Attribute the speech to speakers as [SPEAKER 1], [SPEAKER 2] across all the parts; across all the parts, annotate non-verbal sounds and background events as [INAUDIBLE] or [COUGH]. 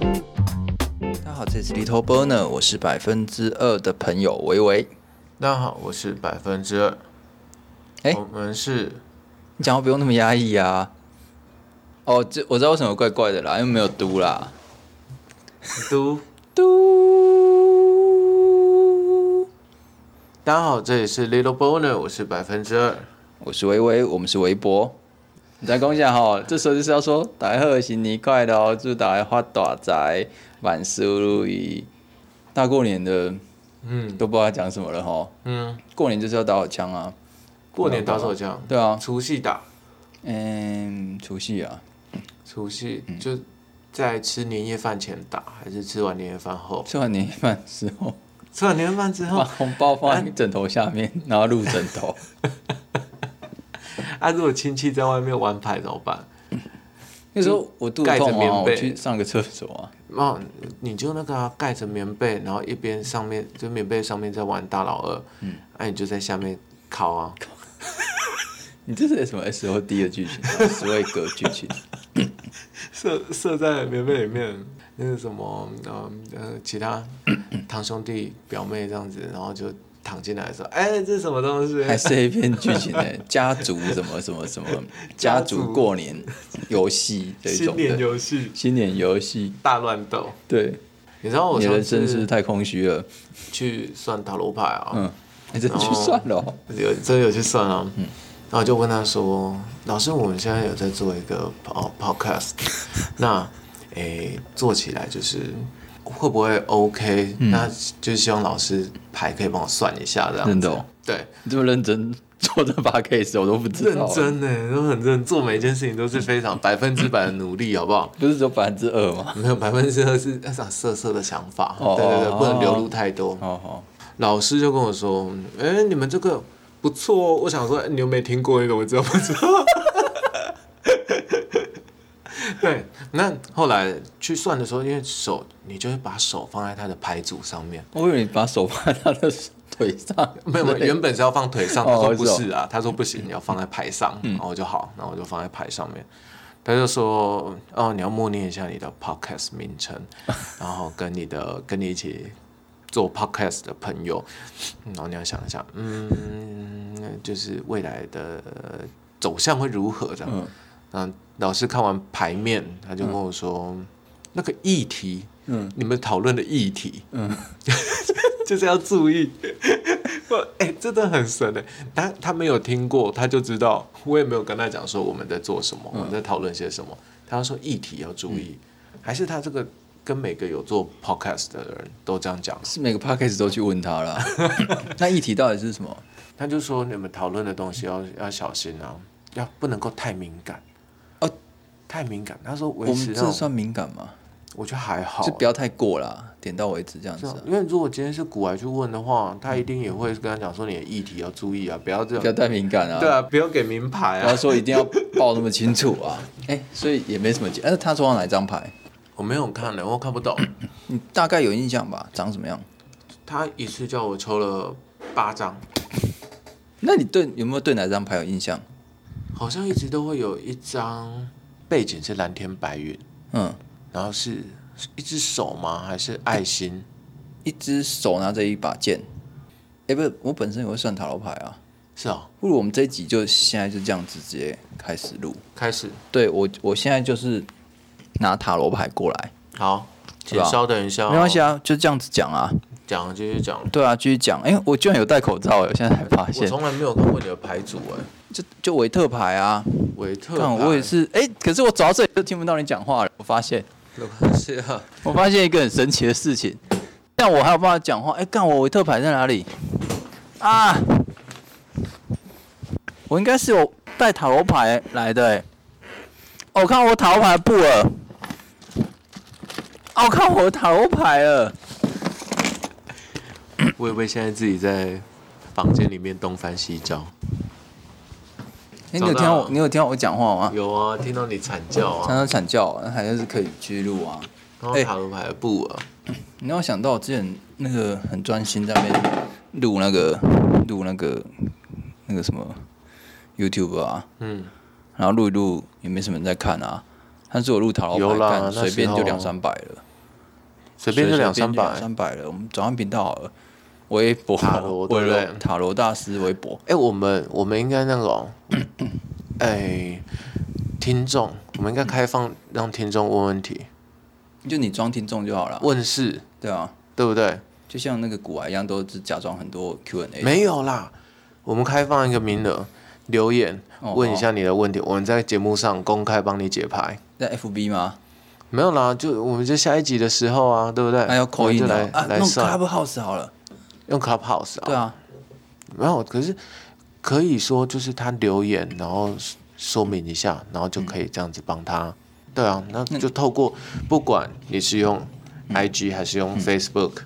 [SPEAKER 1] 大家好，这里是 Little Burner，我是百分之二的朋友维维。
[SPEAKER 2] 大家好，我是百分之二。
[SPEAKER 1] 哎
[SPEAKER 2] 我们是
[SPEAKER 1] 你讲话不用那么压抑啊。哦，这我知道为什么怪怪的啦，因为没有嘟啦。
[SPEAKER 2] 嘟。
[SPEAKER 1] 嘟，
[SPEAKER 2] 大家好，这里是 Little Boner，我是百分之二。
[SPEAKER 1] 我是维维，我们是微博。你在讲一下哈，这时候就是要说大家好，新年快乐哦，祝大家发大财，万事如意。大过年的
[SPEAKER 2] 嗯
[SPEAKER 1] 都不知道讲什么了哈，
[SPEAKER 2] 嗯，
[SPEAKER 1] 过年就是要打火枪啊。
[SPEAKER 2] 过年打手枪，
[SPEAKER 1] 对啊，
[SPEAKER 2] 除夕打，
[SPEAKER 1] 嗯，除夕啊，
[SPEAKER 2] 除夕就在吃年夜饭前打，还是吃完年夜饭后？
[SPEAKER 1] 吃完年夜饭之后，
[SPEAKER 2] 吃完年夜饭之
[SPEAKER 1] 把
[SPEAKER 2] 后，
[SPEAKER 1] 红包放在枕头下面，然后露枕头。
[SPEAKER 2] 啊，如果亲戚在外面玩牌怎么办？
[SPEAKER 1] 那时候我肚子
[SPEAKER 2] 盖着
[SPEAKER 1] 痛啊，
[SPEAKER 2] 棉
[SPEAKER 1] 我
[SPEAKER 2] 被
[SPEAKER 1] 去上个厕所啊。
[SPEAKER 2] 哦，你就那个、啊、盖着棉被，然后一边上面就棉被上面在玩大老二，嗯，啊，你就在下面烤啊，
[SPEAKER 1] [LAUGHS] 你这是什么 S O D 的剧情、啊？十位格剧情？
[SPEAKER 2] [LAUGHS] 射射在棉被里面，那是什么？呃呃，其 [COUGHS] 他堂兄弟表妹这样子，然后就躺进来说：“哎、这是什么东
[SPEAKER 1] [LAUGHS]
[SPEAKER 2] 西
[SPEAKER 1] 还是一片剧情呢、家族什么什么什么，家
[SPEAKER 2] 家
[SPEAKER 1] 族
[SPEAKER 2] 族
[SPEAKER 1] 过年游戏？”这
[SPEAKER 2] 新
[SPEAKER 1] 种
[SPEAKER 2] 年
[SPEAKER 1] 的
[SPEAKER 2] 游戏
[SPEAKER 1] 新年游戏。
[SPEAKER 2] 大乱斗。
[SPEAKER 1] 对，
[SPEAKER 2] 你知道我
[SPEAKER 1] 你
[SPEAKER 2] 上
[SPEAKER 1] 人生是
[SPEAKER 2] 次
[SPEAKER 1] 太空虚了。
[SPEAKER 2] 去算塔罗牌啊，
[SPEAKER 1] 嗯，你真的去
[SPEAKER 2] 哦
[SPEAKER 1] 算了哦、
[SPEAKER 2] 有真的有去算啊，
[SPEAKER 1] 嗯
[SPEAKER 2] 然后我就问他说：“老师，我们现在有在做一个哦
[SPEAKER 1] [LAUGHS]
[SPEAKER 2] podcast，那诶、做起来就是会不会 OK？、那
[SPEAKER 1] 嗯
[SPEAKER 2] 就希望老师牌可以帮我算一下这样子。
[SPEAKER 1] 真的哦
[SPEAKER 2] 对，
[SPEAKER 1] 你这么认真做这把 case，我都不知道
[SPEAKER 2] 认
[SPEAKER 1] 啊。
[SPEAKER 2] 真呢，都很认，做每一件事情都是非常百分之百的努力，好不好？
[SPEAKER 1] 不是只有百分之二吗？
[SPEAKER 2] 没有百分之二是那种色色的想法，
[SPEAKER 1] 哦
[SPEAKER 2] 对对
[SPEAKER 1] 哦
[SPEAKER 2] 对，不能流露太多。
[SPEAKER 1] 好好，
[SPEAKER 2] 老师就跟我说：“哎，你们这个不错哦。”我想说，哎你又没听过，你怎么知道 [LAUGHS] 不知道？对，那后来去算的时候，因为手，你就会把手放在他的牌组上面。
[SPEAKER 1] 我以为你把手放在他的腿上，
[SPEAKER 2] 没有没有，原本是要放腿上，
[SPEAKER 1] 哦
[SPEAKER 2] 他说不
[SPEAKER 1] 是哦
[SPEAKER 2] 是啊，他说不行，你要放在牌上，
[SPEAKER 1] 嗯
[SPEAKER 2] 然后我就好，然后我就放在牌上面。他就说，哦，你要默念一下你的 podcast 名
[SPEAKER 1] [LAUGHS]
[SPEAKER 2] 称，然后跟你的跟你一起做 podcast 的朋友，然后你要想一下，嗯，就是未来的走向会如何这样。
[SPEAKER 1] 嗯
[SPEAKER 2] 嗯，老师看完牌面，他就跟我说，那个议题，
[SPEAKER 1] 嗯
[SPEAKER 2] 嗯，你们讨论的议题，
[SPEAKER 1] 嗯，
[SPEAKER 2] [LAUGHS] 就是要注意。 [LAUGHS] 我哎、真的很神哎、他他没有听过，他就知道。我也没有跟他讲说我们在做什么，
[SPEAKER 1] 嗯
[SPEAKER 2] 我们在讨论些什么。他说议题要注意，还是他这个跟每个有做 podcast 的人都这样讲。
[SPEAKER 1] 是每个 p a c k a g e 都去问他了。
[SPEAKER 2] [LAUGHS]
[SPEAKER 1] 那议题到底是什么？
[SPEAKER 2] 他就说你们讨论的东西要要小心啊，要不能够太敏感。
[SPEAKER 1] 哦，
[SPEAKER 2] 太敏感。他说
[SPEAKER 1] 我
[SPEAKER 2] 维
[SPEAKER 1] 们
[SPEAKER 2] 持
[SPEAKER 1] 这
[SPEAKER 2] 那种，
[SPEAKER 1] 算敏感吗？
[SPEAKER 2] 我觉得还好啊
[SPEAKER 1] 就。不要太过啦，点到为止这样
[SPEAKER 2] 这
[SPEAKER 1] 子
[SPEAKER 2] 样
[SPEAKER 1] 啊、
[SPEAKER 2] 因为如果今天是古癌去问的话，他一定也会跟他讲说你的议题要注意啊，不要这
[SPEAKER 1] 不要
[SPEAKER 2] 样。
[SPEAKER 1] 太敏感啊。
[SPEAKER 2] 对啊，不要给名牌
[SPEAKER 1] 不要
[SPEAKER 2] 啊。
[SPEAKER 1] 说一定要报那么清楚啊。 [LAUGHS] 哎、所以也没什么解。哎、他抽到哪一张牌？
[SPEAKER 2] 我没有看的，我看不懂。
[SPEAKER 1] 你大概有印象吧？长什么样？
[SPEAKER 2] 他一次叫我抽了八张，
[SPEAKER 1] 那你对有没有对哪张牌有印象？
[SPEAKER 2] 好像一直都会有一张背景是蓝天白云，
[SPEAKER 1] 嗯，
[SPEAKER 2] 然后是是一只手吗？还是爱心？
[SPEAKER 1] 一只手拿着一把剑。哎、不是，我本身也会算塔罗牌啊。
[SPEAKER 2] 是哦，
[SPEAKER 1] 不如我们这一集就现在就这样子直接开始录。
[SPEAKER 2] 开始
[SPEAKER 1] 对我，我现在就是拿塔罗牌过来，
[SPEAKER 2] 好，
[SPEAKER 1] 是
[SPEAKER 2] 请
[SPEAKER 1] 吧
[SPEAKER 2] 稍等一下、哦
[SPEAKER 1] 没关系，啊，就这样子讲啊。
[SPEAKER 2] 讲继续讲。
[SPEAKER 1] 对啊，继续讲。哎、我居然有戴口罩、哎我现在才发
[SPEAKER 2] 我
[SPEAKER 1] 现。
[SPEAKER 2] 从来没有看过你的牌组哎，
[SPEAKER 1] 就就维特牌啊，
[SPEAKER 2] 维特牌
[SPEAKER 1] 看，我也是，哎、可是我走到这里就听不到你讲话了。我发现，
[SPEAKER 2] 没关系啊，
[SPEAKER 1] 我发现一个很神奇的事情，但我还有办法讲话。哎、干我维特牌在哪里？啊，我应该是有带塔罗牌来的、哎哦我看我塔罗牌布了，哦，我看我塔罗牌了。
[SPEAKER 2] 我以为现在自己在房间里面东翻西找。
[SPEAKER 1] 哎、你有
[SPEAKER 2] 找到
[SPEAKER 1] 听到我
[SPEAKER 2] 了，
[SPEAKER 1] 你有听到我讲话吗？
[SPEAKER 2] 有啊，听到你惨叫
[SPEAKER 1] 常
[SPEAKER 2] 啊，
[SPEAKER 1] 常惨叫，那还是可以记录啊。
[SPEAKER 2] 然后
[SPEAKER 1] 哎
[SPEAKER 2] 塔罗牌的布啊，
[SPEAKER 1] 你让我想到我之前那个很专心在那边录那个录那个那个什么 YouTube 啊，
[SPEAKER 2] 嗯，
[SPEAKER 1] 然后录一录也没什么人在看啊。但是我录塔
[SPEAKER 2] 有
[SPEAKER 1] 罗牌，
[SPEAKER 2] 啦
[SPEAKER 1] 干
[SPEAKER 2] 那时
[SPEAKER 1] 随便就
[SPEAKER 2] 候
[SPEAKER 1] 两三百了，
[SPEAKER 2] 随便就两三
[SPEAKER 1] 随便两
[SPEAKER 2] 百。
[SPEAKER 1] 三百了。我们转换频道好了， [LAUGHS] 微博
[SPEAKER 2] 塔罗对不对
[SPEAKER 1] 塔罗大师微博，
[SPEAKER 2] 哎，我们我们应该那个
[SPEAKER 1] [COUGHS]
[SPEAKER 2] 哦，哎，听众，我们应该开放让听众问问题，
[SPEAKER 1] 嗯就你装听众就好了。
[SPEAKER 2] 问世，
[SPEAKER 1] 对啊，
[SPEAKER 2] 对不对？
[SPEAKER 1] 就像那个古玩一样，都是假装很多 Q&A。
[SPEAKER 2] 没有啦，我们开放一个名额，留言
[SPEAKER 1] 哦
[SPEAKER 2] 问一下你的问题，我们在节目上公开帮你解牌。
[SPEAKER 1] 在 FB 吗？
[SPEAKER 2] 没有啦，就我们就下一集的时候啊，对不对？
[SPEAKER 1] 那哎要
[SPEAKER 2] 我
[SPEAKER 1] 扣
[SPEAKER 2] 们
[SPEAKER 1] 印
[SPEAKER 2] 就
[SPEAKER 1] 的
[SPEAKER 2] 来、
[SPEAKER 1] 啊，
[SPEAKER 2] 来
[SPEAKER 1] 弄
[SPEAKER 2] 算
[SPEAKER 1] Clubhouse 好了。
[SPEAKER 2] 用 Clubhouse 啊，
[SPEAKER 1] 对啊，
[SPEAKER 2] 没有，可是可以说就是他留言，然后说明一下，然后就可以这样子帮他。对啊，那
[SPEAKER 1] 嗯
[SPEAKER 2] 就透过不管你是用 IG 还是
[SPEAKER 1] 嗯
[SPEAKER 2] 用 Facebook，、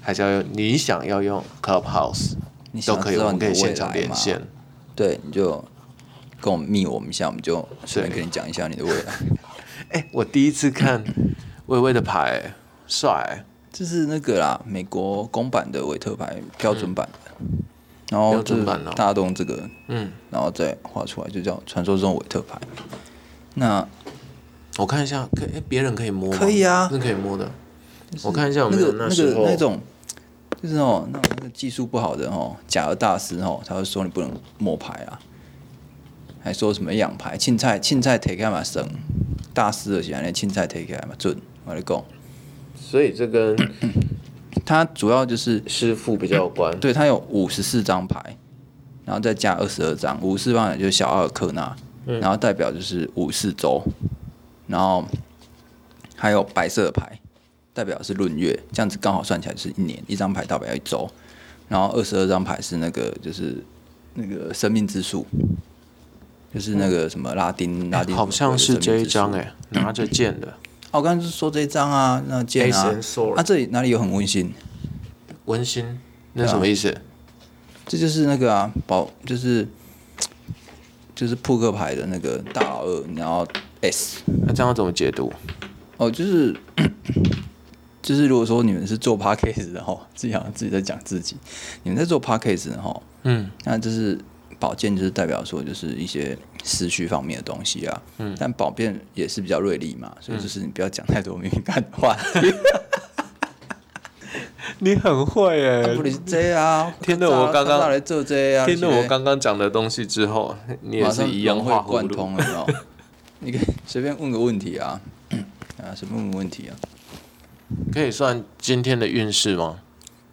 [SPEAKER 2] 还是要用你想要用 Clubhouse
[SPEAKER 1] 你想
[SPEAKER 2] 都可以，
[SPEAKER 1] 知道
[SPEAKER 2] 我们
[SPEAKER 1] 你
[SPEAKER 2] 可
[SPEAKER 1] 的
[SPEAKER 2] 以
[SPEAKER 1] 未
[SPEAKER 2] 现场
[SPEAKER 1] 来
[SPEAKER 2] 连
[SPEAKER 1] 吗？
[SPEAKER 2] 线。
[SPEAKER 1] 对，你就跟我们密我们一下，我们就顺便跟你讲一下你的未来。 [LAUGHS]
[SPEAKER 2] 哎、我第一次看微微的牌、帅欸、
[SPEAKER 1] 这是那个啦，美国公版的维特牌标准版的，然后
[SPEAKER 2] 嗯标
[SPEAKER 1] 就
[SPEAKER 2] 准
[SPEAKER 1] 是
[SPEAKER 2] 版哦
[SPEAKER 1] 大家都用这个，
[SPEAKER 2] 嗯，
[SPEAKER 1] 然后再画出来就叫传说中维特牌。那
[SPEAKER 2] 我看一下，可哎，别、人可以摸吗？
[SPEAKER 1] 可以啊
[SPEAKER 2] 是可以摸的。我看一下有
[SPEAKER 1] 那
[SPEAKER 2] 没有
[SPEAKER 1] 个
[SPEAKER 2] 时
[SPEAKER 1] 个
[SPEAKER 2] 候
[SPEAKER 1] 那种，就是哦，那种那个技术不好的哦，假的大师哦，他会说你不能摸牌啊，还说什么养牌、青菜、青菜提开嘛生，大师的喜欢那青菜提开嘛准，我跟你讲，
[SPEAKER 2] 所以这跟
[SPEAKER 1] 他主要就是
[SPEAKER 2] 师傅比较有关。
[SPEAKER 1] 对，它有五十四张牌，然后再加二十二张，五四张就是小阿尔克纳，
[SPEAKER 2] 嗯
[SPEAKER 1] 然后代表就是五四周，然后还有白色的牌，代表是闰月，这样子刚好算起来就是一年，一张牌代表一周，然后二十二张牌是那个就是那个生命之树，就是那个什么拉丁拉丁
[SPEAKER 2] 哎好像是这一张
[SPEAKER 1] 哎、
[SPEAKER 2] 哎、拿着剑的哎
[SPEAKER 1] 哦我刚刚就是说这一张啊，那剑
[SPEAKER 2] Ace
[SPEAKER 1] 啊
[SPEAKER 2] and，Sword
[SPEAKER 1] 啊这里哪里有很温馨？
[SPEAKER 2] 温馨，
[SPEAKER 1] 啊
[SPEAKER 2] 那什么意思？
[SPEAKER 1] 这就是那个啊，保就是就是扑克牌的那个大老二，然后 S
[SPEAKER 2] 那、这样要怎么解读？
[SPEAKER 1] 哦，就是就是如果说你们是做 p a c k a g e 的哈，自己好像自己在讲自己，你们在做 p a c k a g e 的哈，
[SPEAKER 2] 嗯，
[SPEAKER 1] 那就是宝剑就是代表说就是一些思绪方面的东西啊，嗯，但宝剑也是比较锐利嘛，所以
[SPEAKER 2] 嗯
[SPEAKER 1] 就是你不要讲太多敏感的话 [LAUGHS] 题，
[SPEAKER 2] 你很会哎、
[SPEAKER 1] 不然是
[SPEAKER 2] [LAUGHS]
[SPEAKER 1] 这样啊，
[SPEAKER 2] 天哪我刚刚
[SPEAKER 1] 来做这样啊，
[SPEAKER 2] 听了
[SPEAKER 1] 是
[SPEAKER 2] 我
[SPEAKER 1] 不是
[SPEAKER 2] 刚刚讲的东西之后，你也
[SPEAKER 1] 马
[SPEAKER 2] 是
[SPEAKER 1] 上
[SPEAKER 2] 一样
[SPEAKER 1] 融会
[SPEAKER 2] 画葫
[SPEAKER 1] 贯
[SPEAKER 2] 芦。
[SPEAKER 1] 通了，有没有你可以随便问个问题啊， [LAUGHS] 啊，随便问个问题啊，
[SPEAKER 2] 可以算今天的运势吗？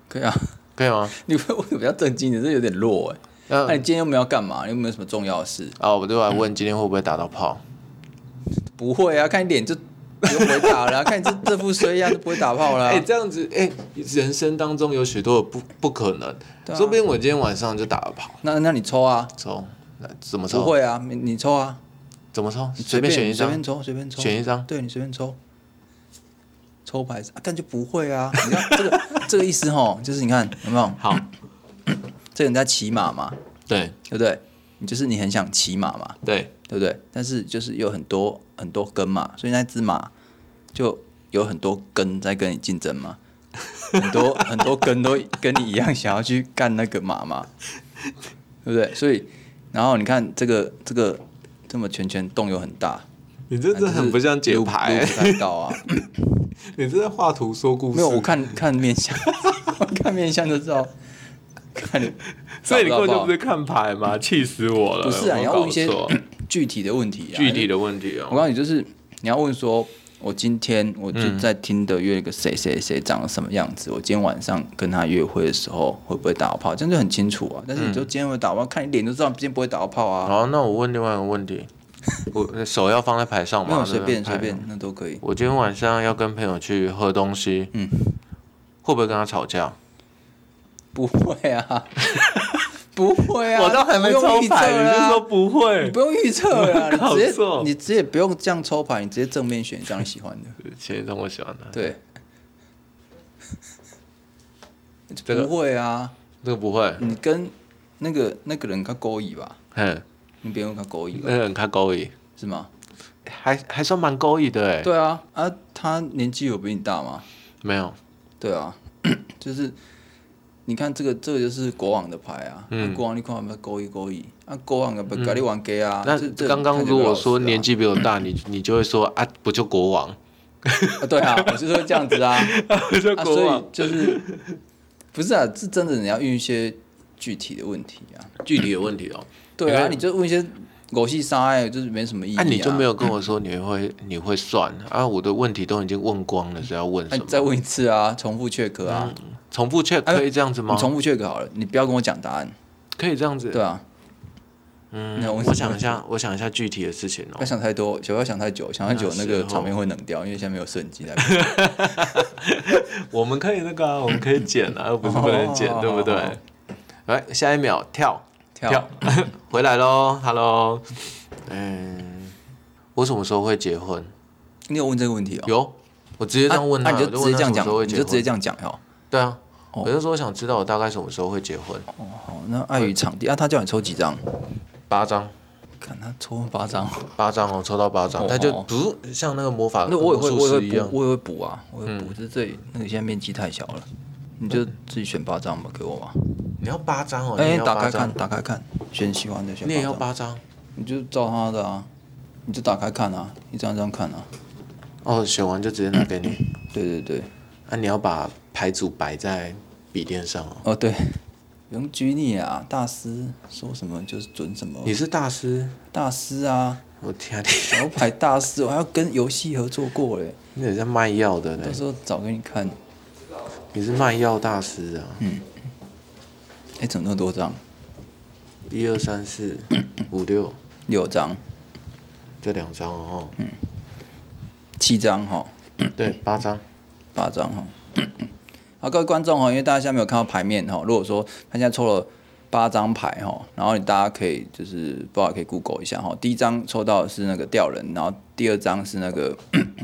[SPEAKER 1] 可以啊。 [LAUGHS]
[SPEAKER 2] 可以吗？
[SPEAKER 1] 你不要问个比较正经的，这有点弱哎、
[SPEAKER 2] 那、
[SPEAKER 1] 那、你今天又没有干嘛？又没有什么重要的事？
[SPEAKER 2] 啊，我就来问今天会不会打到炮？
[SPEAKER 1] 不会啊，看你脸就 [LAUGHS] 不用回答了啊、看你这这副衰样就不会打炮了啊、
[SPEAKER 2] [LAUGHS] 哎、这样子，哎、人生当中有许多的不不可能，
[SPEAKER 1] 对啊
[SPEAKER 2] 说不定我今天晚上就打了跑，
[SPEAKER 1] 那那你抽啊？
[SPEAKER 2] 抽，那怎么
[SPEAKER 1] 不
[SPEAKER 2] 抽？
[SPEAKER 1] 会啊，你你抽啊，
[SPEAKER 2] 怎么抽？
[SPEAKER 1] 你
[SPEAKER 2] 随
[SPEAKER 1] 便
[SPEAKER 2] 便选一
[SPEAKER 1] 随
[SPEAKER 2] 张
[SPEAKER 1] 便，抽，随便抽，
[SPEAKER 2] 选一张
[SPEAKER 1] 对你随便抽。抽牌子啊，但就不会啊！你看这个 [LAUGHS] 这个意思吼，就是你看有没有？
[SPEAKER 2] 好，
[SPEAKER 1] 这个人在骑马嘛，
[SPEAKER 2] 对
[SPEAKER 1] 对不对？你就是你很想骑马嘛，
[SPEAKER 2] 对，
[SPEAKER 1] 对不对？但是就是有很多很多根嘛，所以那只马就有很多根在跟你竞争嘛， [LAUGHS] 很多很多根都跟你一样想要去干那个马嘛，对不对？所以，然后你看这个这个这么圈圈洞又很大，
[SPEAKER 2] 你真的很不像解
[SPEAKER 1] 路
[SPEAKER 2] 牌、
[SPEAKER 1] 路不太高啊。
[SPEAKER 2] [LAUGHS] 你这在画图说故事。
[SPEAKER 1] 没有，我看看面相， [LAUGHS] 我看面相就知道，看你
[SPEAKER 2] 所以你
[SPEAKER 1] 找不到
[SPEAKER 2] 根本就
[SPEAKER 1] 好
[SPEAKER 2] 不是看牌嘛，气死我了！
[SPEAKER 1] 不是啊？你
[SPEAKER 2] 有没有
[SPEAKER 1] 要问一些
[SPEAKER 2] 搞错
[SPEAKER 1] 具体的问题啊，
[SPEAKER 2] 具体的问题
[SPEAKER 1] 我
[SPEAKER 2] 哦。
[SPEAKER 1] 告诉你，就是你要问说，我今天我就在听的约了个谁谁谁长得什么样子，我今天晚上跟他约会的时候会不会打到炮，这样就很清楚啊。但是你就今天会打炮，看你脸就知道你今天不会打到炮啊。
[SPEAKER 2] 好，那我问另外一个
[SPEAKER 1] [LAUGHS]
[SPEAKER 2] 问题，我手要放在牌上
[SPEAKER 1] 没
[SPEAKER 2] 嘛？
[SPEAKER 1] 有随便随
[SPEAKER 2] 对不对。
[SPEAKER 1] 便那都可以，
[SPEAKER 2] 我今天晚上要跟朋友去喝东西，
[SPEAKER 1] 嗯，
[SPEAKER 2] 会不会跟他吵架？
[SPEAKER 1] 不会
[SPEAKER 2] [LAUGHS]
[SPEAKER 1] 啊，不会啊，
[SPEAKER 2] 我都还没
[SPEAKER 1] 不用
[SPEAKER 2] 抽
[SPEAKER 1] 预测
[SPEAKER 2] 牌，你
[SPEAKER 1] 了
[SPEAKER 2] 就
[SPEAKER 1] 啊
[SPEAKER 2] 说不
[SPEAKER 1] 你
[SPEAKER 2] 会？
[SPEAKER 1] 不用预测了啊，
[SPEAKER 2] 我 [LAUGHS] 搞
[SPEAKER 1] 你直接
[SPEAKER 2] 错
[SPEAKER 1] 你直接不用这样抽牌，你直接正面选一张你喜欢的，
[SPEAKER 2] 前一张我喜欢的，
[SPEAKER 1] 对。
[SPEAKER 2] 这个
[SPEAKER 1] 不会啊，
[SPEAKER 2] 这个不会，
[SPEAKER 1] 你跟那个那个人他勾引吧，
[SPEAKER 2] 嘿，
[SPEAKER 1] 你别用他勾引吧
[SPEAKER 2] 那，个人他勾引，
[SPEAKER 1] 是吗？
[SPEAKER 2] 还还算蛮勾引的哎。
[SPEAKER 1] 欸对啊，啊，他年纪有比你大吗？
[SPEAKER 2] 没有，
[SPEAKER 1] 对啊， [COUGHS] 就是你看这个，这个就是国王的牌啊。嗯。国王你看有没有勾一勾一？啊，国王的不跟你玩 gay 啊。
[SPEAKER 2] 嗯那
[SPEAKER 1] 这这
[SPEAKER 2] 刚刚
[SPEAKER 1] 看起来
[SPEAKER 2] 如果
[SPEAKER 1] 比较
[SPEAKER 2] 说
[SPEAKER 1] 老实啊
[SPEAKER 2] 年纪比我大，你你就会说啊，不就国王，
[SPEAKER 1] 啊对
[SPEAKER 2] [LAUGHS]
[SPEAKER 1] 啊，我是说这样子啊。
[SPEAKER 2] 不就
[SPEAKER 1] 啊，所以就是不是啊？是真的，你要用一些具体的问题啊。
[SPEAKER 2] 具体的问题哦。
[SPEAKER 1] 对
[SPEAKER 2] 因
[SPEAKER 1] 啊，
[SPEAKER 2] 为
[SPEAKER 1] 你就问一些狗戏杀爱，就是没什么意义、啊。
[SPEAKER 2] 啊，你就没有跟我说你会你会算啊？我的问题都已经问光了，是要问
[SPEAKER 1] 那
[SPEAKER 2] 什
[SPEAKER 1] 你
[SPEAKER 2] 么？
[SPEAKER 1] 再问一次啊，重复 check
[SPEAKER 2] 嗯
[SPEAKER 1] 啊，
[SPEAKER 2] 重复 check 可以这样子吗
[SPEAKER 1] 你？重复 check 好了，你不要跟我讲答案，
[SPEAKER 2] 可以这样子。
[SPEAKER 1] 对啊，
[SPEAKER 2] 嗯
[SPEAKER 1] 那我，
[SPEAKER 2] 我想一下，我想一下具体的事情
[SPEAKER 1] 不
[SPEAKER 2] 哦
[SPEAKER 1] 要。想太多，不要想太久，想太久
[SPEAKER 2] 那
[SPEAKER 1] 那
[SPEAKER 2] 时
[SPEAKER 1] 个
[SPEAKER 2] 候
[SPEAKER 1] 场面会冷掉，因为现在没有摄影机来。
[SPEAKER 2] [LAUGHS] 我们可以那个啊，我们可以剪啊，又不是不能剪
[SPEAKER 1] 哦，
[SPEAKER 2] 对不
[SPEAKER 1] 好好
[SPEAKER 2] 对？来，下一秒 [LAUGHS] 跳 [LAUGHS]
[SPEAKER 1] 跳，
[SPEAKER 2] 回来喽，Hello。嗯，我什么时候会结婚？
[SPEAKER 1] 你有问这个问题哦？
[SPEAKER 2] 有，我直接这样问
[SPEAKER 1] 那
[SPEAKER 2] 他，
[SPEAKER 1] 啊你就
[SPEAKER 2] 我
[SPEAKER 1] 直接
[SPEAKER 2] 问他
[SPEAKER 1] 这样
[SPEAKER 2] 什么时候
[SPEAKER 1] 讲，
[SPEAKER 2] 会
[SPEAKER 1] 你
[SPEAKER 2] 结
[SPEAKER 1] 就直接
[SPEAKER 2] 婚
[SPEAKER 1] 这样讲哦。
[SPEAKER 2] 对啊，
[SPEAKER 1] 哦
[SPEAKER 2] 我就说我想知道我大概什么时候会结婚，
[SPEAKER 1] 哦，好，那碍于场地啊，他叫你抽几张？
[SPEAKER 2] 八张，
[SPEAKER 1] 看他抽八张，
[SPEAKER 2] 八张哦，抽到八张
[SPEAKER 1] 哦，
[SPEAKER 2] 他就
[SPEAKER 1] 哦
[SPEAKER 2] 不像那个魔法
[SPEAKER 1] 那我也会，
[SPEAKER 2] 魔
[SPEAKER 1] 我
[SPEAKER 2] 术
[SPEAKER 1] 也
[SPEAKER 2] 师一
[SPEAKER 1] 会
[SPEAKER 2] 样
[SPEAKER 1] 补，，我也会补啊，我会补。这这里那个现在面积太小了，你就自己选八张吧，给我吧。
[SPEAKER 2] 你要八张嗯哦，你
[SPEAKER 1] 哎
[SPEAKER 2] 也，要
[SPEAKER 1] 打
[SPEAKER 2] 八
[SPEAKER 1] 开看，
[SPEAKER 2] 张，
[SPEAKER 1] 打开看，选喜欢的选
[SPEAKER 2] 你也要
[SPEAKER 1] 八张，
[SPEAKER 2] 八张
[SPEAKER 1] 你就照他的啊，你就打开看啊，一张一张看啊。
[SPEAKER 2] 哦，选完就直接拿给你，
[SPEAKER 1] 对对对，
[SPEAKER 2] [CLEARS THROAT] 啊，你要把牌组摆在笔电上哦，
[SPEAKER 1] 哦对，不用拘泥啊，大师说什么就是准什么，
[SPEAKER 2] 你是大师，
[SPEAKER 1] 大师啊，
[SPEAKER 2] 我天啊，
[SPEAKER 1] 摇牌大师，我还要跟游戏合作过嘞，
[SPEAKER 2] [LAUGHS] 你你在卖药的呢
[SPEAKER 1] 到，时候找给你看。
[SPEAKER 2] 你是卖药大师啊，
[SPEAKER 1] 嗯哎，怎么那么多张？
[SPEAKER 2] 一二三四五六，
[SPEAKER 1] 六张，
[SPEAKER 2] 这两张哦，
[SPEAKER 1] 嗯七张哈。
[SPEAKER 2] 对，八张，
[SPEAKER 1] 嗯八张哈。 [COUGHS] 好，各位观众哈，因为大家现在没有看到牌面哈，如果说他现在抽了八张牌哈，然后你大家可以就是不知道可以 Google 一下哈。第一张抽到的是那个吊人，然后第二张是那个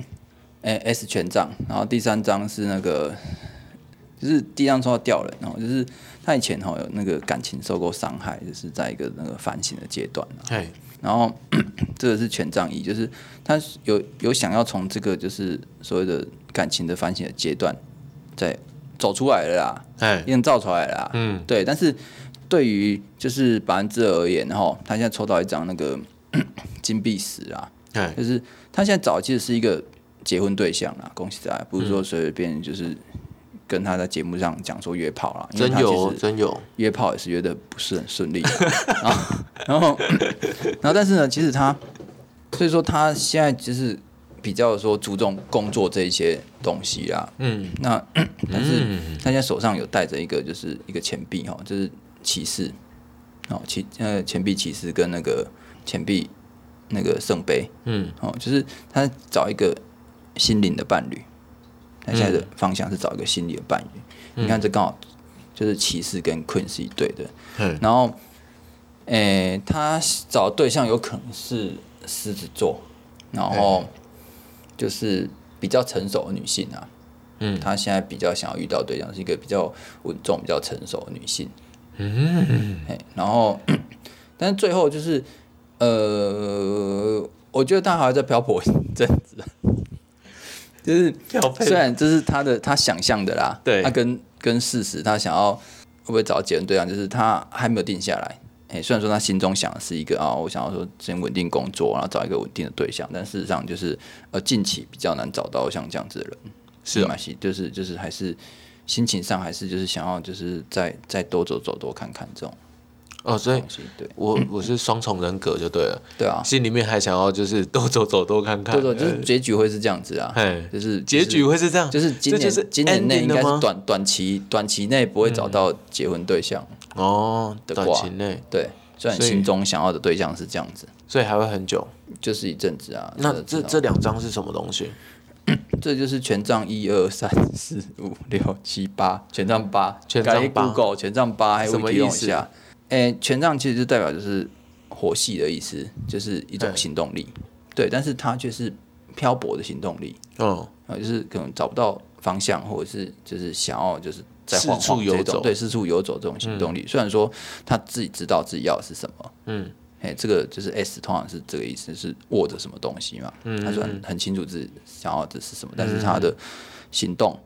[SPEAKER 1] [COUGHS] 哎 S 权杖，然后第三张是那个就是第一张抽到吊人，然后就是他以前哈有那个感情受过伤害，就是在一个那个反省的阶段啊
[SPEAKER 2] 嘿，
[SPEAKER 1] 然后 [CLEARS THROAT] 这个是权杖一，就是他有有想要从这个就是所谓的感情的反省的阶段，在走出来了啦，
[SPEAKER 2] 哎
[SPEAKER 1] 已，经造出来了啦。
[SPEAKER 2] 嗯，
[SPEAKER 1] 对，但是对于就是百分之而言，然后他现在抽到一张那个 [CLEARS THROAT] 金币石啊，
[SPEAKER 2] 哎，
[SPEAKER 1] 就是他现在早期是一个结婚对象啦，恭喜他，不是说随随便就是跟他在节目上讲说约炮啦，因为
[SPEAKER 2] 真
[SPEAKER 1] 他
[SPEAKER 2] 有
[SPEAKER 1] 其
[SPEAKER 2] 哦
[SPEAKER 1] 实
[SPEAKER 2] 真有，
[SPEAKER 1] 约炮也是约的 [LAUGHS] 不是很顺利、然后，然后，然后，但是呢，其实他，所以说他现在就是比较说注重工作这一些东西啦。
[SPEAKER 2] 嗯，
[SPEAKER 1] 那但是
[SPEAKER 2] 嗯
[SPEAKER 1] 他现在手上有带着一个就是一个钱币哈，就是骑士，哦骑呃钱币骑士跟那个钱币那个圣杯
[SPEAKER 2] 嗯，
[SPEAKER 1] 哦，就是他找一个心灵的伴侣，他现在
[SPEAKER 2] 嗯
[SPEAKER 1] 的方向是找一个心灵的伴侣。你看这刚好就是骑士跟 Queen 是一对的，
[SPEAKER 2] 嘿，
[SPEAKER 1] 然后，诶、他找对象有可能是狮子座，然后就是比较成熟的女性啊。
[SPEAKER 2] 嗯
[SPEAKER 1] 她现在比较想要遇到对象是一个比较稳重、比较成熟的女性。嗯，哎，然后，但是最后就是，呃，我觉得她还会再漂泊一阵子，啊就是
[SPEAKER 2] 调配
[SPEAKER 1] 虽然这是他的他想象的啦，
[SPEAKER 2] 对
[SPEAKER 1] 他跟跟事实，他想要会不会找结婚对象，就是他还没有定下来。哎、虽然说他心中想的是一个啊，我想要说先稳定工作，然后找一个稳定的对象，但事实上就是呃，近期比较难找到像这样子的人。
[SPEAKER 2] 是啊
[SPEAKER 1] 马西，就是就是还是心情上还是就是想要就是再再多走走多看看这种
[SPEAKER 2] 哦，所以
[SPEAKER 1] 东西，对
[SPEAKER 2] 我我是双重人格就对了，
[SPEAKER 1] 对啊，
[SPEAKER 2] 心里面还想要就是多走走多看看，
[SPEAKER 1] 多走就是结局会是这样子啊，
[SPEAKER 2] 啊呃嘿
[SPEAKER 1] 就是
[SPEAKER 2] 结局会是这 [LAUGHS] 样，
[SPEAKER 1] 就是今
[SPEAKER 2] 这就
[SPEAKER 1] 年
[SPEAKER 2] 是
[SPEAKER 1] 今年内
[SPEAKER 2] ending
[SPEAKER 1] 应该
[SPEAKER 2] 了吗嗯
[SPEAKER 1] 是短短期短期内不会找到结婚对象，
[SPEAKER 2] 哦，
[SPEAKER 1] 的
[SPEAKER 2] 短
[SPEAKER 1] 卦
[SPEAKER 2] 期内，
[SPEAKER 1] 对，虽然你
[SPEAKER 2] 所以
[SPEAKER 1] 心中想要的对象是这样子，
[SPEAKER 2] 所以还会很久。
[SPEAKER 1] 就是一阵子啊。
[SPEAKER 2] 那
[SPEAKER 1] 这
[SPEAKER 2] 这
[SPEAKER 1] 这
[SPEAKER 2] 这两张是什么东西？
[SPEAKER 1] 这就是权杖一二三四五六七八，权杖八，
[SPEAKER 2] 权杖八
[SPEAKER 1] g o 权杖八，还有
[SPEAKER 2] 什么
[SPEAKER 1] Wiki 用一
[SPEAKER 2] 意思
[SPEAKER 1] 下？诶，权杖其实就代表就是火系的意思，就是一种
[SPEAKER 2] 对
[SPEAKER 1] 行动力，对，但是它却是漂泊的行动力，
[SPEAKER 2] 嗯，
[SPEAKER 1] 啊，就是可能找不到方向，或者是就是想要就是在
[SPEAKER 2] 四
[SPEAKER 1] 晃晃
[SPEAKER 2] 处
[SPEAKER 1] 这
[SPEAKER 2] 游
[SPEAKER 1] 种
[SPEAKER 2] 走
[SPEAKER 1] 对，四处游走这种行动力。虽然说他自己知道自己要的是什么，
[SPEAKER 2] 嗯，
[SPEAKER 1] 哎，这个就是 S 通常是这个意思，是握着
[SPEAKER 2] 嗯
[SPEAKER 1] 什么东西嘛，嗯，他虽然很清楚自己想要的是什么，但是他的行动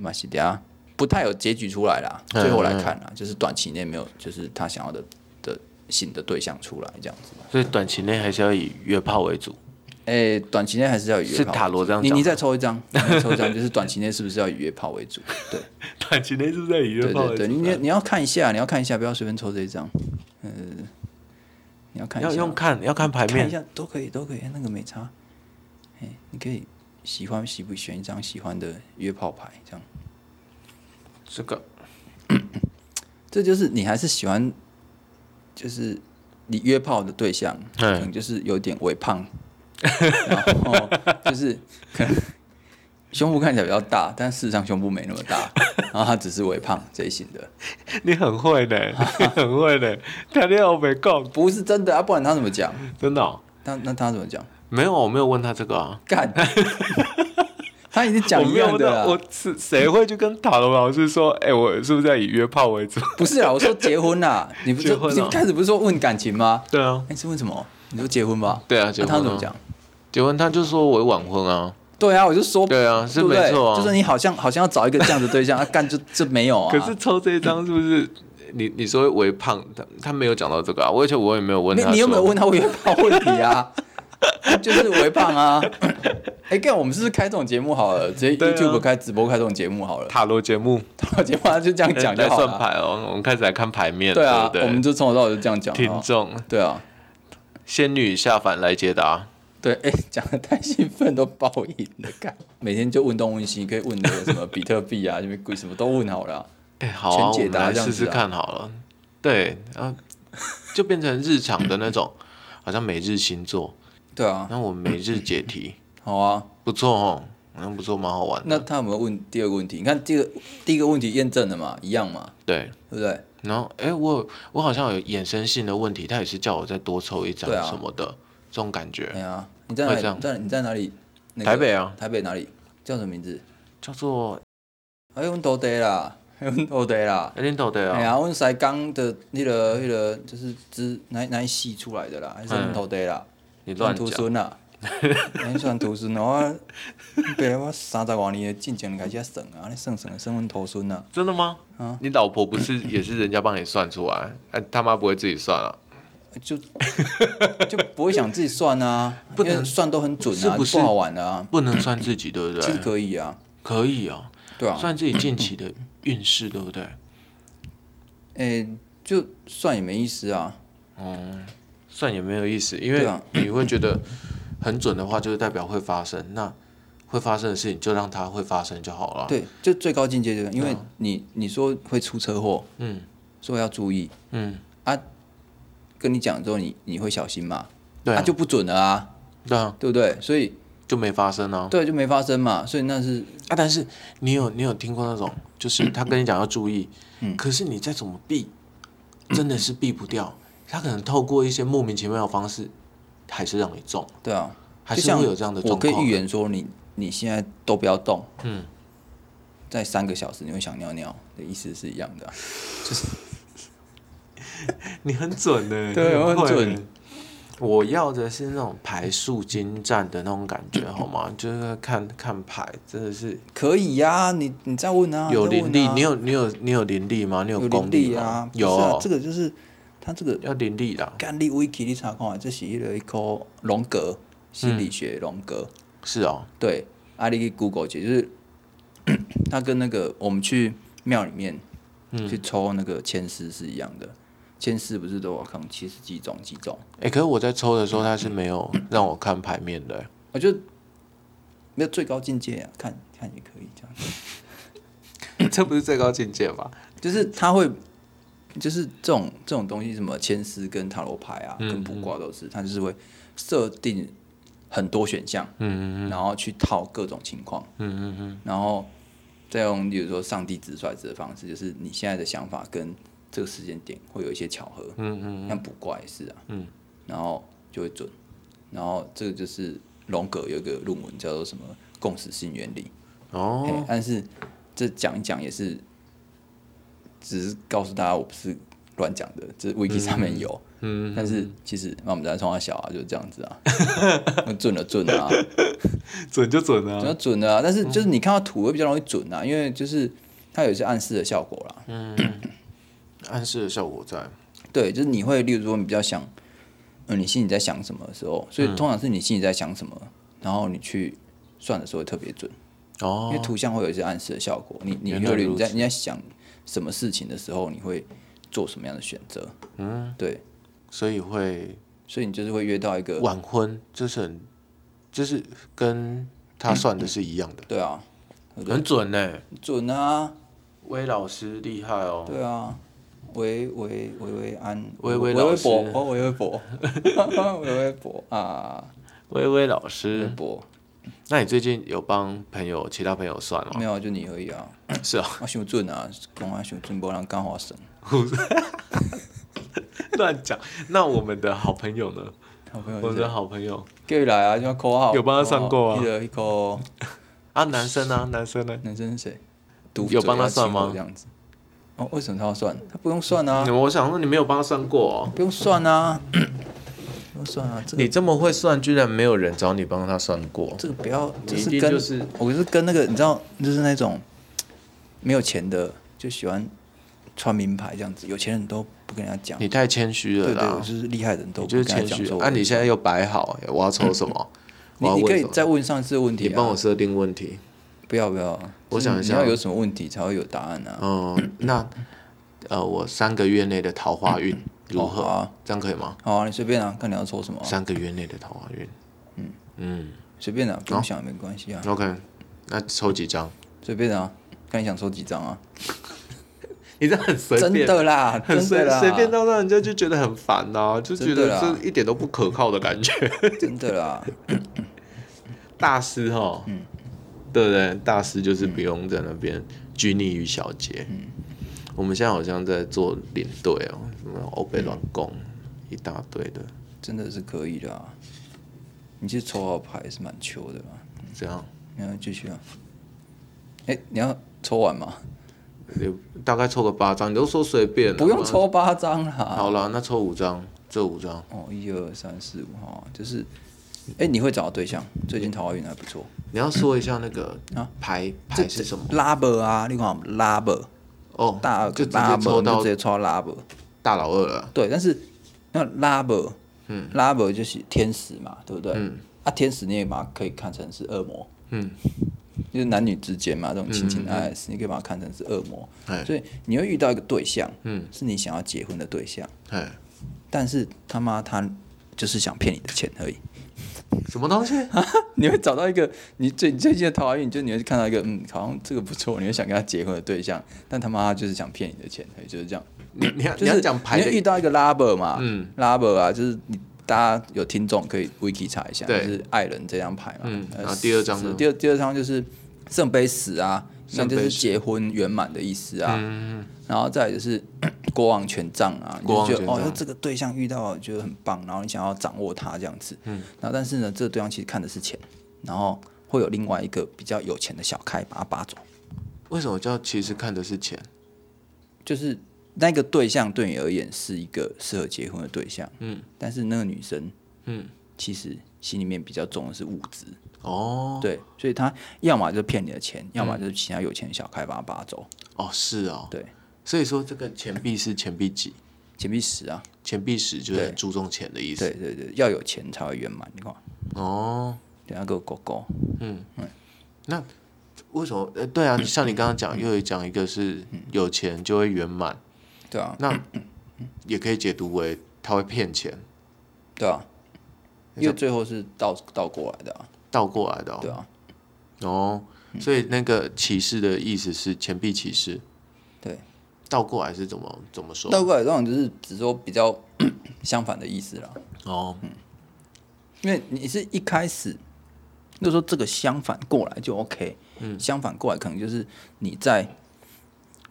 [SPEAKER 1] 马西迪亚不太有结局出来啦。
[SPEAKER 2] 嗯
[SPEAKER 1] 最后来看啦，就是短期内没有，就是他想要的的新的对象出来这样子。
[SPEAKER 3] 所以短期内还是要以约炮为主。
[SPEAKER 1] 哎、短期内还是要以约
[SPEAKER 3] 是
[SPEAKER 1] 炮
[SPEAKER 3] 塔罗这样
[SPEAKER 1] 你
[SPEAKER 3] 讲
[SPEAKER 1] 你
[SPEAKER 3] 的
[SPEAKER 1] 再抽一张，你再抽一张，就是短期内是不是要以约炮为主？对
[SPEAKER 3] 短期内是不是要以约
[SPEAKER 1] 对对对，你你要看一下，你要看一下，不要随便抽这一张。呃，你要看一下，
[SPEAKER 3] 要用看要看牌
[SPEAKER 1] 看一
[SPEAKER 3] 面，
[SPEAKER 1] 下都可以，都可以，那个没差。哎、你可以喜欢喜不选一张喜欢的约炮牌，这样，
[SPEAKER 2] 这个
[SPEAKER 1] 这就是你还是喜欢，就是你约炮的对象，
[SPEAKER 3] 嗯
[SPEAKER 1] 可能就是有点微胖，然
[SPEAKER 3] [LAUGHS]
[SPEAKER 1] 后就是可能胸部看起来比较大，但事实上胸部没那么大，然后他只是微胖这一型的，
[SPEAKER 3] 你很会
[SPEAKER 1] [LAUGHS]
[SPEAKER 3] 呢，你很会呢，谈恋爱我没空，
[SPEAKER 1] 不是真的啊，不然他怎么讲？
[SPEAKER 3] 真的哦、
[SPEAKER 1] 那那他怎么讲？
[SPEAKER 3] 没有，我没有问他这个啊。
[SPEAKER 1] 干，他已经讲
[SPEAKER 3] 我
[SPEAKER 1] 一
[SPEAKER 3] 没有
[SPEAKER 1] 样
[SPEAKER 3] 问
[SPEAKER 1] 的啊
[SPEAKER 3] 到，
[SPEAKER 1] 了
[SPEAKER 3] 我。是谁会去跟塔罗老师说？哎、我是不是要以约炮为
[SPEAKER 1] [LAUGHS]
[SPEAKER 3] 主？
[SPEAKER 1] 不是啊，我说结婚啦，你不是
[SPEAKER 3] 结婚啊
[SPEAKER 1] 你开始不是说问感情吗？
[SPEAKER 3] 对啊，
[SPEAKER 1] 哎、是问什么？你说结婚吧？
[SPEAKER 2] 对啊，
[SPEAKER 1] 那
[SPEAKER 2] 结婚、
[SPEAKER 1] 他
[SPEAKER 2] 啊、
[SPEAKER 1] 怎么讲？
[SPEAKER 2] 结婚他就说我晚婚啊，
[SPEAKER 1] 对啊，我就说
[SPEAKER 2] 对啊，是
[SPEAKER 1] 对不
[SPEAKER 2] 没
[SPEAKER 1] 对
[SPEAKER 2] 错啊，
[SPEAKER 1] 就是你好像好像要找一个这样的对象，啊，干就就没有啊。
[SPEAKER 3] 可是抽这一张是不是？
[SPEAKER 2] 你你说微胖，他他没有讲到这个啊，而且我也没有问
[SPEAKER 1] 你
[SPEAKER 2] 他，
[SPEAKER 1] 你有没有？问他约炮问题啊？就是微胖啊。 [LAUGHS] 哎、干，我们是不是开这种节目好了？直接
[SPEAKER 3] 对啊
[SPEAKER 1] YouTube 开直播开这种节目好了。 [LAUGHS]
[SPEAKER 3] 塔罗节目
[SPEAKER 1] 他节目他就这样讲就
[SPEAKER 2] 来
[SPEAKER 1] 好
[SPEAKER 2] 算
[SPEAKER 1] 了啊。
[SPEAKER 2] 牌哦，我们开始来看牌面，
[SPEAKER 1] 对啊，
[SPEAKER 2] 对不
[SPEAKER 1] 我们就从头到尾就这样讲
[SPEAKER 2] 对？
[SPEAKER 1] 就好
[SPEAKER 2] 听。众
[SPEAKER 1] 对啊，
[SPEAKER 2] 仙女下凡来解答，
[SPEAKER 1] 对，哎、 [LAUGHS] 讲的太兴奋都爆音了，干。每天就问东问西，可以问那个什么比特币啊，什么鬼什么都问好了啊、
[SPEAKER 2] 哎，好啊，
[SPEAKER 1] 全解答
[SPEAKER 2] 我们
[SPEAKER 1] 这样
[SPEAKER 2] 来
[SPEAKER 1] 子啊
[SPEAKER 2] 试试看好了，对啊，就变成日常的那种，好像每日星座，
[SPEAKER 1] 对啊，
[SPEAKER 2] 那我们每日解题，
[SPEAKER 1] 好啊。
[SPEAKER 2] 不错哦，好像不错，蛮好玩的，
[SPEAKER 1] 那他有没有问第二个问题？你看第二个第一个问题验证了嘛，一样嘛，
[SPEAKER 2] 对。
[SPEAKER 1] 对不对？
[SPEAKER 2] 然后，哎，我我好像有衍生性的问题，他也是叫我再多抽一张
[SPEAKER 1] 对啊
[SPEAKER 2] 什么的，这种感觉
[SPEAKER 1] 哎呀、你在哪
[SPEAKER 2] 会这
[SPEAKER 1] 里？
[SPEAKER 2] 样
[SPEAKER 1] 你在你在哪里？那个
[SPEAKER 2] 台北啊，
[SPEAKER 1] 台北哪里？叫什么名字？
[SPEAKER 2] 叫做
[SPEAKER 1] 哎，阮都地啦， [LAUGHS] 阮都地啦。
[SPEAKER 2] 哎，领导对
[SPEAKER 1] 哎
[SPEAKER 2] 啊，
[SPEAKER 1] 呀，阮西港的那个那个就是之哪哪一系出来的啦，还是阮都地啦，
[SPEAKER 2] 你乱
[SPEAKER 1] 阮徒
[SPEAKER 2] 讲，
[SPEAKER 1] 孙啦。
[SPEAKER 2] [LAUGHS]
[SPEAKER 1] 哎，算徒孙，我别我三十多年的进前开始算啊，你算算算阮徒孙啊。
[SPEAKER 2] 真的吗？
[SPEAKER 1] 啊
[SPEAKER 2] 你老婆不是也是人家帮你算出来？哎，他妈不会自己算啊？
[SPEAKER 1] 就 [LAUGHS] 就不会想自己算啊，
[SPEAKER 2] 不
[SPEAKER 1] 因为
[SPEAKER 2] 能
[SPEAKER 1] 算都很准啊，
[SPEAKER 2] 是不是
[SPEAKER 1] 好玩的啊，
[SPEAKER 2] 不能算自己，对不
[SPEAKER 1] 其实
[SPEAKER 2] 对？
[SPEAKER 1] 可以啊，
[SPEAKER 2] 可以哦，
[SPEAKER 1] 对啊，
[SPEAKER 2] 算自己近期的运势，对不对？
[SPEAKER 1] 诶、就算也没意思啊，
[SPEAKER 2] 算也没有意思，因
[SPEAKER 1] 对
[SPEAKER 2] 为
[SPEAKER 1] 啊
[SPEAKER 2] 你会觉得很准的话，就是代表会发生。那会发生的事情就让它会发生就好了。，
[SPEAKER 1] 对，就最高境界就是，因为你你说会出车祸，
[SPEAKER 2] 嗯
[SPEAKER 1] 说要注意，
[SPEAKER 2] 嗯，
[SPEAKER 1] 跟你讲之后你你会小心嘛，
[SPEAKER 2] 对
[SPEAKER 1] 啊
[SPEAKER 2] 啊，
[SPEAKER 1] 就不准了啊，
[SPEAKER 2] 对啊，
[SPEAKER 1] 对不对？所以
[SPEAKER 2] 就没发生啊。
[SPEAKER 1] 对就没发生嘛，所以那是
[SPEAKER 2] 啊，但是你有你有听过那种，就是他跟你讲要注意，可是你再怎么避，真的是避不掉。他可能透过一些莫名其妙的方式，还是让你中，
[SPEAKER 1] 对啊，
[SPEAKER 2] 还
[SPEAKER 1] 就是像
[SPEAKER 2] 会有这样的
[SPEAKER 1] 我
[SPEAKER 2] 状
[SPEAKER 1] 可以
[SPEAKER 2] 况。
[SPEAKER 1] 预言说你你现在都不要动，
[SPEAKER 2] 嗯，
[SPEAKER 1] 在三个小时你会想尿尿的意思是一样的啊、
[SPEAKER 2] 你很准呢，
[SPEAKER 1] 对
[SPEAKER 2] 你
[SPEAKER 1] 我很
[SPEAKER 2] 会
[SPEAKER 1] 准
[SPEAKER 2] 欸。我要的是那种排数精湛的那种感
[SPEAKER 1] [LAUGHS]
[SPEAKER 2] 觉，好吗？就是看看牌，真的是
[SPEAKER 1] 可以呀、你你再问啊，
[SPEAKER 2] 有
[SPEAKER 1] 再问
[SPEAKER 2] 灵力。
[SPEAKER 1] 啊
[SPEAKER 2] 你有你有你有灵力吗？你
[SPEAKER 1] 有
[SPEAKER 2] 功
[SPEAKER 1] 灵
[SPEAKER 2] 力
[SPEAKER 1] 力
[SPEAKER 2] 吗？
[SPEAKER 1] 啊，不
[SPEAKER 2] 有
[SPEAKER 1] 是啊
[SPEAKER 2] 哦，
[SPEAKER 1] 这个就是他这个
[SPEAKER 2] 要灵力啦，
[SPEAKER 1] 干力 wiki 你查看，啊这是一个一科荣格心
[SPEAKER 2] 嗯
[SPEAKER 1] 理学荣格，
[SPEAKER 2] 是哦，
[SPEAKER 1] 对，啊你去 Google 解，就是 [COUGHS] 他跟那个我们去庙里面、
[SPEAKER 2] 嗯
[SPEAKER 1] 去抽那个签诗是一样的，签诗不是都有看七十几种几种，
[SPEAKER 2] 哎、可是我在抽的时候，他是没有让我看牌面的、
[SPEAKER 1] 我觉得没有最高境界啊，看看也可以这样，
[SPEAKER 2] [COUGHS] 这不是最高境界吧？
[SPEAKER 1] 就是他会。就是这种这种东西，什么签诗跟塔罗牌啊，
[SPEAKER 2] 嗯
[SPEAKER 1] 跟卜卦都是，他就是会设定很多选项，
[SPEAKER 2] 嗯
[SPEAKER 1] 然后去套各种情况，
[SPEAKER 2] 嗯嗯嗯，
[SPEAKER 1] 然后再用，比如说上帝直率子的方式，就是你现在的想法跟这个时间点会有一些巧合，
[SPEAKER 2] 嗯嗯，
[SPEAKER 1] 像卜卦也是啊，
[SPEAKER 2] 嗯，
[SPEAKER 1] 然后就会准，然后这个就是荣格有一个论文叫做什么共识性原理，哎
[SPEAKER 2] 哦，
[SPEAKER 1] 嘿但是这讲一讲也是，只是告诉大家我不是乱讲的，这 wiki 上面有，嗯，但是其实那我们在冲他小啊，就是这样子啊，准了准啊，
[SPEAKER 2] 准就准
[SPEAKER 1] 准了
[SPEAKER 2] 啊，
[SPEAKER 1] 准啊，但是就是你看到图会比较容易准啊，因为就是它有一些暗示的效果啦，
[SPEAKER 2] 暗示的效果在。
[SPEAKER 1] 对，就是你会，例如说你比较想，嗯，你心里在想什么的时候，所以通常是你心里在想什么，然后你去算的时候会特别准，因
[SPEAKER 2] 哦
[SPEAKER 1] 为，图像会有一些暗示的效果。你你
[SPEAKER 2] 原来
[SPEAKER 1] 会
[SPEAKER 2] 如
[SPEAKER 1] 你在你在想什么事情的时候，你会做什么样的选择？嗯，对，
[SPEAKER 2] 所以会
[SPEAKER 1] 所以你就是会约到一个，
[SPEAKER 2] 晚婚，就是很，就是跟他算的是一样的，
[SPEAKER 1] 对啊，
[SPEAKER 2] 很准呢、
[SPEAKER 1] 准啊，
[SPEAKER 2] 威老师厉害哦，
[SPEAKER 1] 对啊，维维维维安，
[SPEAKER 2] 维维
[SPEAKER 1] 维
[SPEAKER 2] 老
[SPEAKER 1] 维
[SPEAKER 2] 师
[SPEAKER 1] 博，哦维维 [LAUGHS] 博，维维博啊，
[SPEAKER 2] 威威老
[SPEAKER 1] 维
[SPEAKER 2] 师。
[SPEAKER 1] 博，
[SPEAKER 2] 那你最近有帮朋友其他朋友算吗？
[SPEAKER 1] 没有就你而已啊。
[SPEAKER 2] 是啊，
[SPEAKER 1] 我想准啊，讲啊想准，无人讲我神。
[SPEAKER 2] [LAUGHS] 乱讲。那我们的好朋友呢？
[SPEAKER 1] 好朋友
[SPEAKER 2] 我
[SPEAKER 1] 就
[SPEAKER 2] 们
[SPEAKER 1] 是
[SPEAKER 2] 的好朋友
[SPEAKER 1] 叫伊来啊，就要 call 号，
[SPEAKER 3] 有帮他上过啊
[SPEAKER 1] 一个一个
[SPEAKER 2] 啊，男生啊，男生呢？
[SPEAKER 1] 男生是谁？毒
[SPEAKER 2] 有帮他
[SPEAKER 1] 嘴要
[SPEAKER 2] 算吗
[SPEAKER 1] 亲我这样子。哦，为什么他要算？他不用算啊，
[SPEAKER 2] 嗯我想说你没有帮他算过哦。
[SPEAKER 1] 不用算啊， [CLEARS THROAT] 不用算啊，这个
[SPEAKER 2] 你这么会算，居然没有人找你帮他算过，
[SPEAKER 1] 这个不要，
[SPEAKER 2] 你
[SPEAKER 1] 这
[SPEAKER 2] 一
[SPEAKER 1] 是
[SPEAKER 2] 定
[SPEAKER 1] 跟
[SPEAKER 2] 就是
[SPEAKER 1] 我是跟那个你知道，就是那种没有钱的就喜欢穿名牌这样子，有钱人都不跟人家讲。
[SPEAKER 2] 你太谦虚了
[SPEAKER 1] 对对，我
[SPEAKER 2] 啦，
[SPEAKER 1] 就是厉害的人都
[SPEAKER 2] 你
[SPEAKER 1] 不
[SPEAKER 2] 就是
[SPEAKER 1] 跟他
[SPEAKER 2] 谦
[SPEAKER 1] 讲
[SPEAKER 2] 虚
[SPEAKER 1] 说。我，
[SPEAKER 2] 啊，你现在又摆好，欸我要抽什么？
[SPEAKER 1] 你
[SPEAKER 2] 我要
[SPEAKER 1] 你可
[SPEAKER 2] 问
[SPEAKER 1] 以
[SPEAKER 2] 什么？
[SPEAKER 1] 再问上次的问题
[SPEAKER 2] 你
[SPEAKER 1] 啊，
[SPEAKER 2] 帮我设定问题。
[SPEAKER 1] 不要不要，
[SPEAKER 2] 我想一下
[SPEAKER 1] 你要有什么问题才会有答案啊？
[SPEAKER 2] 嗯，那呃，我三个月内的桃花运如
[SPEAKER 1] 哦好
[SPEAKER 2] 何？
[SPEAKER 1] 啊，
[SPEAKER 2] 这样可以吗？
[SPEAKER 1] 好啊，你随便啊，看你要抽什么啊、
[SPEAKER 2] 三个月内的桃花运。嗯
[SPEAKER 1] 随便啊，不用想也没关系啊，
[SPEAKER 2] 嗯，OK，那抽几张？
[SPEAKER 1] 随便啊，看你想抽几张啊，
[SPEAKER 2] 你这样很随
[SPEAKER 1] 真
[SPEAKER 2] 便。
[SPEAKER 1] 的啦，
[SPEAKER 2] 很
[SPEAKER 1] 真
[SPEAKER 2] [LAUGHS] 随
[SPEAKER 1] 的啦，
[SPEAKER 2] 随便到让人家就觉得很烦呐、就觉
[SPEAKER 1] 真的
[SPEAKER 2] 得
[SPEAKER 1] 啦
[SPEAKER 2] 这一点都不可靠的感觉。
[SPEAKER 1] [LAUGHS] 真的啦，
[SPEAKER 2] 大师哈，
[SPEAKER 1] 嗯
[SPEAKER 2] 对不对？大师就是不用在那边拘泥于小节。
[SPEAKER 1] 嗯
[SPEAKER 2] 我们现在好像在做领队哦，什么欧贝乱供
[SPEAKER 1] 嗯
[SPEAKER 2] 一大堆的，
[SPEAKER 1] 真的是可以的啊，你去抽好牌是蛮球的啦，
[SPEAKER 2] 这样
[SPEAKER 1] 然后继续啊，哎、你要抽完吗？
[SPEAKER 2] 你大概抽个八张，你都说随便，
[SPEAKER 1] 不用。抽啊八张啦，
[SPEAKER 2] 啊好了，那抽五张，这五张
[SPEAKER 1] 哦，一二三四五哈，就是，哎、你会找到对象，最近桃花运还不错，
[SPEAKER 2] 你要说一下那个
[SPEAKER 1] 啊
[SPEAKER 2] 牌牌是什么？
[SPEAKER 1] 拉伯啊，你看拉伯，
[SPEAKER 2] 哦，
[SPEAKER 1] 大二
[SPEAKER 2] 就
[SPEAKER 1] 个
[SPEAKER 2] 直
[SPEAKER 1] 拉
[SPEAKER 2] 接
[SPEAKER 1] 伯，
[SPEAKER 2] 抽
[SPEAKER 1] 你就
[SPEAKER 2] 到
[SPEAKER 1] 直接抽到拉伯。
[SPEAKER 2] 大老二了。
[SPEAKER 1] 对，但是那 lover，嗯，lover 就是天使嘛，对不对？嗯，啊，天使你也把它可以看成是恶魔，
[SPEAKER 2] 嗯，
[SPEAKER 1] 就是男女之间嘛，这种情情爱爱的事，你可以把它看成是恶魔
[SPEAKER 2] 哎，
[SPEAKER 1] 所以你会遇到一个对象，
[SPEAKER 2] 嗯，
[SPEAKER 1] 是你想要结婚的对象，
[SPEAKER 2] 哎，
[SPEAKER 1] 但是他妈他就是想骗你的钱而已。 [LAUGHS]
[SPEAKER 2] 什么东西？
[SPEAKER 1] 你会找到一个你最你最近的桃花运，就你会看到一个嗯，好像这个不错，你会想跟他结婚的对象，但他妈他就是想骗你的钱而已，就是这样。
[SPEAKER 2] [LAUGHS] 你你要
[SPEAKER 1] 就
[SPEAKER 2] 你要
[SPEAKER 1] 是
[SPEAKER 2] 讲牌
[SPEAKER 1] 你会遇
[SPEAKER 2] 的，
[SPEAKER 1] 到一个 lover 嘛，
[SPEAKER 2] 嗯
[SPEAKER 1] 嗯，lover 啊，就是你大家有听众可以 wiki 查一下，就
[SPEAKER 2] 对
[SPEAKER 1] 是爱人这张牌嘛，
[SPEAKER 2] 嗯
[SPEAKER 1] 呃
[SPEAKER 2] 然后第二张呢
[SPEAKER 1] 是第二第二张就是圣杯十啊，那
[SPEAKER 2] 圣杯嗯
[SPEAKER 1] 就
[SPEAKER 2] 十
[SPEAKER 1] 是结婚圆满的意思啊，然后再来就是 [COUGHS] 国王权杖啊，你
[SPEAKER 2] 国
[SPEAKER 1] 就
[SPEAKER 2] 王
[SPEAKER 1] 觉得
[SPEAKER 2] 权杖
[SPEAKER 1] 哦，这个对象遇到觉得很棒，然后你想要掌握他这样子，嗯，然后但是呢，这个对象其实看的是钱，然后会有另外一个比较有钱的小开把他拔走，
[SPEAKER 2] 为什么叫其实看的是钱？
[SPEAKER 1] 就是那个对象对你而言是一个适合结婚的对象，嗯，但是那个女生，
[SPEAKER 2] 嗯，
[SPEAKER 1] 其实心里面比较重的是物质，
[SPEAKER 2] 哦，嗯
[SPEAKER 1] 对，所以她要么就是骗你的钱，要么就是其他有钱的小开把他拔走，
[SPEAKER 2] 哦，是哦，
[SPEAKER 1] 对，
[SPEAKER 2] 所以说这个钱币是钱币几，
[SPEAKER 1] 钱币十啊，
[SPEAKER 2] 钱币十就是很
[SPEAKER 1] 对
[SPEAKER 2] 注重钱的意
[SPEAKER 1] 对
[SPEAKER 2] 思。
[SPEAKER 1] 对对，要有钱才会圆满，你看，
[SPEAKER 2] 哦，
[SPEAKER 1] 等下给我狗狗，
[SPEAKER 2] 那为什么？呃，对啊，像你刚刚讲，又有讲一个是有钱就会圆满，
[SPEAKER 1] 对啊，
[SPEAKER 2] 那也可以解读为他会骗钱，
[SPEAKER 1] 对啊，因为最后是倒倒过来的啊，
[SPEAKER 2] 倒过来的
[SPEAKER 1] 对
[SPEAKER 2] 哦。
[SPEAKER 1] 啊，
[SPEAKER 2] 哦，所以那个启示的意思是钱币启示，
[SPEAKER 1] 对，
[SPEAKER 2] 倒过来是怎么怎么说？
[SPEAKER 1] 倒过来当然就是只说比较 [CLEARS THROAT] 相反的意思啦，
[SPEAKER 2] 哦，
[SPEAKER 1] 因为你是一开始就说这个相反过来就 OK，嗯，相反过来可能就是你在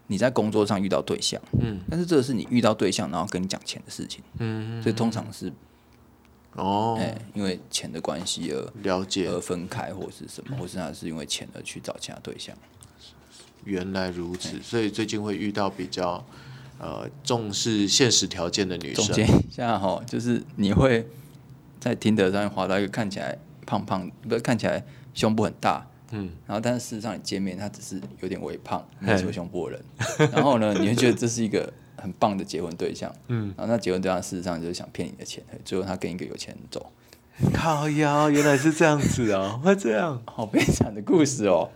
[SPEAKER 1] 你在工作上遇到对象，嗯，但是这个是你遇到对象然后跟你讲钱的事情，嗯，所以通常是
[SPEAKER 2] 哦
[SPEAKER 1] 哎、，因为钱的关系而
[SPEAKER 2] 了解，
[SPEAKER 1] 而分开或是什么，或是他是因为钱而去找其他对象，哎
[SPEAKER 2] 原来如此，所以最近会遇到比较呃重视现实条件的女
[SPEAKER 1] 总
[SPEAKER 2] 生
[SPEAKER 1] 结。一下哈，就是你会在听得上面滑到一个看起来胖胖，不是看起来胸部很大，
[SPEAKER 2] 嗯，
[SPEAKER 1] 然后但是事实上你见面他只是有点微胖，没有胸部的人，然后呢，你会觉得这是一个很棒的结婚对象，嗯，然后那结婚对象事实上就是想骗你的钱，最后他跟一个有钱人走，
[SPEAKER 2] [LAUGHS] 靠腰，原来是这样子啊， [LAUGHS] 会这样，
[SPEAKER 1] 好悲惨的故事哦，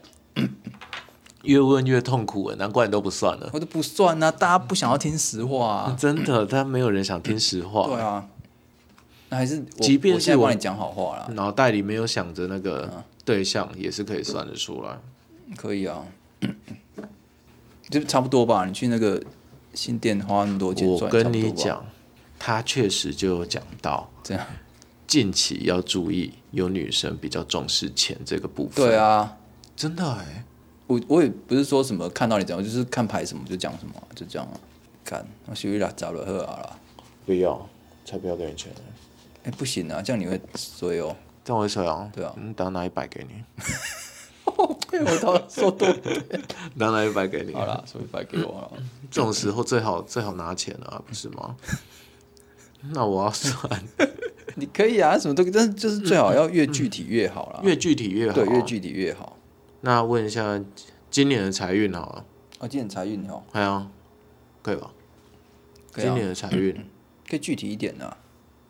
[SPEAKER 2] 越问越痛苦了，难怪你都不算了。
[SPEAKER 1] 我都不算啊，大家不想要听实话啊，
[SPEAKER 2] 真的，但没有人想听实话。
[SPEAKER 1] 对啊，那还是我
[SPEAKER 2] 即便
[SPEAKER 1] 我
[SPEAKER 2] 是
[SPEAKER 1] 现在
[SPEAKER 2] 我嗯
[SPEAKER 1] 帮你讲好话啦，
[SPEAKER 2] 脑袋里没有想着那
[SPEAKER 1] 嗯
[SPEAKER 2] 个对象，也是可以算得出来。
[SPEAKER 1] 可以啊，就差不多吧。你去那个新店花那么多钱
[SPEAKER 2] 我
[SPEAKER 1] 赚，
[SPEAKER 2] 跟你
[SPEAKER 1] 差不多吧，
[SPEAKER 2] 讲，他确实就有讲到，
[SPEAKER 1] 这样
[SPEAKER 2] 近期要注意，有女生比较重视钱这个部分。
[SPEAKER 1] 对，啊。
[SPEAKER 2] 真的哎、
[SPEAKER 1] 我我也不是说什么看到你怎样，我就是看牌什么就讲什么啊、就这样啊。看，我修一啦，找了喝好了。
[SPEAKER 2] 不要，才不要给你钱呢。
[SPEAKER 1] 哎、不行啊，这样你会衰
[SPEAKER 2] [LAUGHS]
[SPEAKER 1] 哦。
[SPEAKER 2] 这样我会说啊，
[SPEAKER 1] 对啊
[SPEAKER 2] 嗯，打拿一百
[SPEAKER 1] [LAUGHS]
[SPEAKER 2] 给你，哎
[SPEAKER 1] 被我到说多
[SPEAKER 2] 拿拿一百给你。
[SPEAKER 1] 好，啦，说一百给我了。
[SPEAKER 2] 啊这种时候最好最好拿钱啊，不是
[SPEAKER 1] [LAUGHS]
[SPEAKER 2] 吗？那我要算，
[SPEAKER 1] [LAUGHS] 你可以啊，什么都，但是就是最好要越具体越好啦，
[SPEAKER 2] 越具体越好。
[SPEAKER 1] 对
[SPEAKER 2] 啊
[SPEAKER 1] 越。具体越好。
[SPEAKER 2] 那问一下今年的财运好了，
[SPEAKER 1] 哦，今年财运哦，
[SPEAKER 2] 哎呀，可以吧？
[SPEAKER 1] 可以
[SPEAKER 2] 今
[SPEAKER 1] 啊
[SPEAKER 2] 年，的财运，
[SPEAKER 1] 可以具体一点的、啊。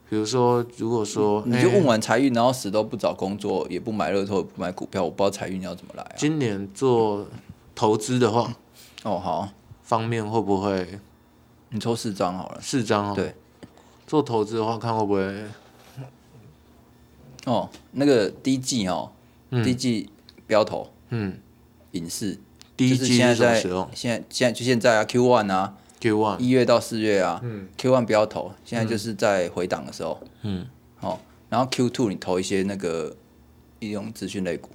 [SPEAKER 2] 比如说，如果说
[SPEAKER 1] 你就
[SPEAKER 2] 哎
[SPEAKER 1] 问完财运，然后死都不找工作，也不买乐透，也不买股票，我不知道财运要怎么来啊。
[SPEAKER 2] 今年做投资的话，
[SPEAKER 1] 哦，好，
[SPEAKER 2] 方面会不会
[SPEAKER 1] 你抽四张好了。
[SPEAKER 2] 四张哦？
[SPEAKER 1] 对，
[SPEAKER 2] 做投资的话，看会不会
[SPEAKER 1] 哦，那个第一季哦，第一季标头
[SPEAKER 2] 嗯
[SPEAKER 1] 影视，
[SPEAKER 2] 第一
[SPEAKER 1] 就
[SPEAKER 2] 季
[SPEAKER 1] 是现在
[SPEAKER 2] 什么
[SPEAKER 1] 在
[SPEAKER 2] 时候
[SPEAKER 1] 现在现在就现在啊，Q one 啊，
[SPEAKER 2] ？Q one
[SPEAKER 1] 一月到四月啊、q one 标投，现在就是在回档的时候，
[SPEAKER 2] 嗯
[SPEAKER 1] 哦，然后 Q two 你投一些那个应用资讯类股，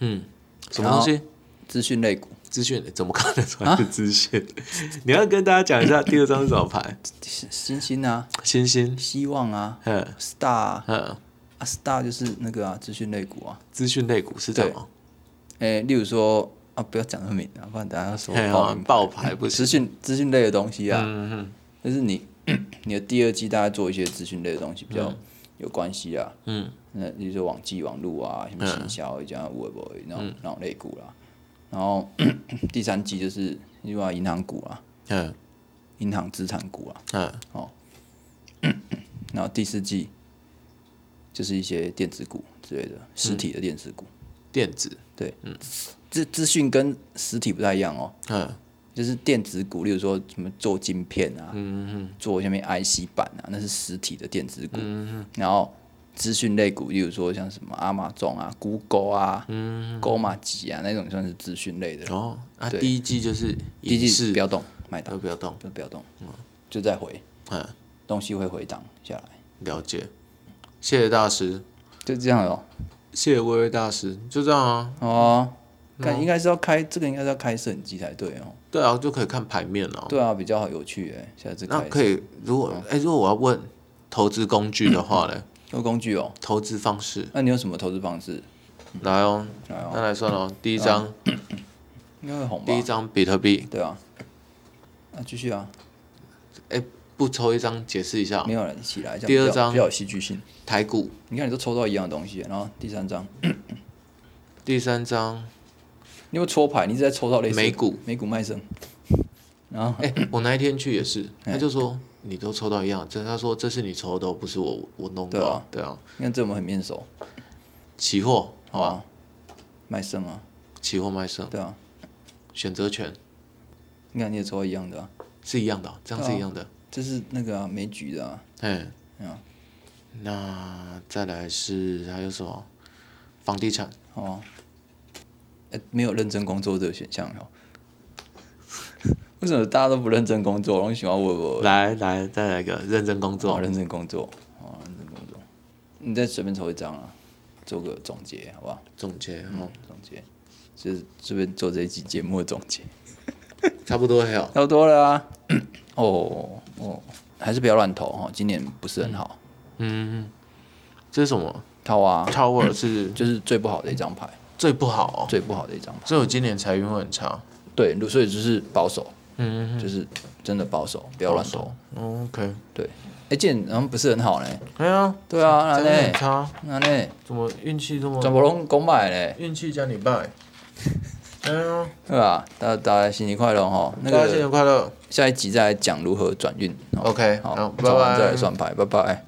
[SPEAKER 2] 嗯，什么东西？啊
[SPEAKER 1] 资讯类股
[SPEAKER 2] 资讯怎么看得出来是资讯？ [LAUGHS] 你要跟大家讲一下，第二张是什么牌？
[SPEAKER 1] 星星星啊，
[SPEAKER 2] [LAUGHS] 星星，
[SPEAKER 1] 希望啊
[SPEAKER 2] 嗯
[SPEAKER 1] ，Star 啊
[SPEAKER 2] 嗯，
[SPEAKER 1] 啊，Star 就是那个啊，资讯类股啊，
[SPEAKER 2] 资讯类股是什么？
[SPEAKER 1] 诶、例如说啊，不要讲那么明啊，不然等下说
[SPEAKER 2] 嘿啊
[SPEAKER 1] 报名
[SPEAKER 2] 爆牌不
[SPEAKER 1] 资
[SPEAKER 2] 是？
[SPEAKER 1] 讯资讯类的东西啊，
[SPEAKER 2] 嗯嗯
[SPEAKER 1] 就是你 [CLEARS THROAT] 你的第二季大概做一些资讯类的东西比较有关系啊，
[SPEAKER 2] 嗯，
[SPEAKER 1] 那比如说网际网路啊，什么行销，这样微博那
[SPEAKER 2] 嗯
[SPEAKER 1] 种那种类股啦，然后 [CLEARS THROAT] 第三季就是你把银行股啊，
[SPEAKER 2] 嗯
[SPEAKER 1] 银行资产股啊，
[SPEAKER 2] 嗯
[SPEAKER 1] 然后第四季就是一些电子股之类的实体的电子股，
[SPEAKER 2] 电子，
[SPEAKER 1] 对，资资讯跟实体不太一样哦，
[SPEAKER 2] 嗯
[SPEAKER 1] 就是电子股，例如说什么做晶片啊，
[SPEAKER 2] 嗯嗯
[SPEAKER 1] 做下面 IC 板啊，那是实体的电子股。
[SPEAKER 2] 嗯
[SPEAKER 1] 然后资讯类股，例如说像什么阿玛总啊、Google 啊、
[SPEAKER 2] 嗯，
[SPEAKER 1] 勾马吉啊那种，算是资讯类的。
[SPEAKER 2] 哦，啊，
[SPEAKER 1] 对
[SPEAKER 2] 第一季就是
[SPEAKER 1] 第一
[SPEAKER 2] 影
[SPEAKER 1] 季
[SPEAKER 2] 视
[SPEAKER 1] 不要动，买
[SPEAKER 2] 都
[SPEAKER 1] 档
[SPEAKER 2] 不要动，
[SPEAKER 1] 就不要动，就再回
[SPEAKER 2] 嗯，
[SPEAKER 1] 东西会回档下来，
[SPEAKER 2] 了解，谢谢大师，
[SPEAKER 1] 就这样哦。
[SPEAKER 2] 谢谢薇薇大师，就这样啊，
[SPEAKER 1] 哦，
[SPEAKER 2] 嗯
[SPEAKER 1] 看应该是要开这个，应该是要开摄影机才对哦。
[SPEAKER 2] 对啊，就可以看牌面了。
[SPEAKER 1] 对啊，比较有趣哎，下次
[SPEAKER 2] 哦那
[SPEAKER 1] 开
[SPEAKER 2] 可以，如果哎、如果我要问投资工具的话呢？
[SPEAKER 1] 有工具哦。
[SPEAKER 2] 投资方式
[SPEAKER 1] 那你有什么投资方式？
[SPEAKER 2] 来哦，
[SPEAKER 1] 来哦
[SPEAKER 2] 那来算哦。第一张，
[SPEAKER 1] 应该会红吧
[SPEAKER 2] 第一？张比特币，
[SPEAKER 1] 对啊，那继续啊，
[SPEAKER 2] 不抽一张解释一下
[SPEAKER 1] 没，有人一起来，这样
[SPEAKER 2] 第二
[SPEAKER 1] 比较
[SPEAKER 2] 张
[SPEAKER 1] 比较有戏剧性。
[SPEAKER 2] 台股。
[SPEAKER 1] 你看，你都抽到一样的东西，然后第三张，
[SPEAKER 2] 第三张，
[SPEAKER 1] 你有没有搓牌，你一直在抽到类似的
[SPEAKER 2] 美股，
[SPEAKER 1] 美股卖升，然后
[SPEAKER 2] 哎、我那一天去也是，
[SPEAKER 1] 哎
[SPEAKER 2] 他就说你都抽到一样，这他说这是你抽的哦，不是我我弄的哦，对啊，
[SPEAKER 1] 你看这我们很面熟，
[SPEAKER 2] 期货好吧，
[SPEAKER 1] 啊，卖升啊，
[SPEAKER 2] 期货卖升，
[SPEAKER 1] 对啊，
[SPEAKER 2] 选择权
[SPEAKER 1] 你看你也抽到一样的、啊，
[SPEAKER 2] 是一样的哦，这样是一样的，
[SPEAKER 1] 这是那个、啊、美举的啊，
[SPEAKER 2] 哎，
[SPEAKER 1] 嗯
[SPEAKER 2] 那再来是还有什么？房地产，
[SPEAKER 1] 哦，哎，没有认真工作这个选项哦。 [LAUGHS] 为什么大家都不认真工作，然后喜欢我我
[SPEAKER 2] 来来再来一个认真工
[SPEAKER 1] 我
[SPEAKER 2] 作，
[SPEAKER 1] 认真工作，哦，认真工作，你再随便抽一张啊，做个总结好不好？
[SPEAKER 2] 总结哦，
[SPEAKER 1] 总结，就是这边做这一期节目的总结。
[SPEAKER 2] 差不多还有，
[SPEAKER 1] 差不多了啊。 [COUGHS] 哦哦，还是不要乱投哈，今年不是很好。
[SPEAKER 2] 嗯，这是什么
[SPEAKER 1] 套啊，
[SPEAKER 2] ？Tower 是
[SPEAKER 1] 就是最不好的一张牌，
[SPEAKER 2] 最不好、哦，
[SPEAKER 1] 最不好的一张牌。
[SPEAKER 2] 所以我今年财运会很差。
[SPEAKER 1] 对，所以就是保守，嗯，就是真的保守，不要乱投。
[SPEAKER 2] 哦 OK，
[SPEAKER 1] 对，哎、见好像不是很好嘞。
[SPEAKER 2] 哎呀，
[SPEAKER 1] 对啊，那
[SPEAKER 2] 真的很
[SPEAKER 1] 嘞，
[SPEAKER 2] 差，
[SPEAKER 1] 那嘞，
[SPEAKER 2] 怎么运气这
[SPEAKER 1] 全
[SPEAKER 2] 么？
[SPEAKER 1] 部拢讲歹嘞，
[SPEAKER 2] 运气加你
[SPEAKER 1] [LAUGHS]
[SPEAKER 2] 拜。哎呀，
[SPEAKER 1] 对吧？大大家新年快乐吼！那
[SPEAKER 2] 大家新年
[SPEAKER 1] 个
[SPEAKER 2] 快乐
[SPEAKER 1] 下一集再来讲如何转运。哦
[SPEAKER 2] OK，
[SPEAKER 1] 好
[SPEAKER 2] 好，
[SPEAKER 1] 转完
[SPEAKER 2] 拜拜
[SPEAKER 1] 再来算牌，拜拜。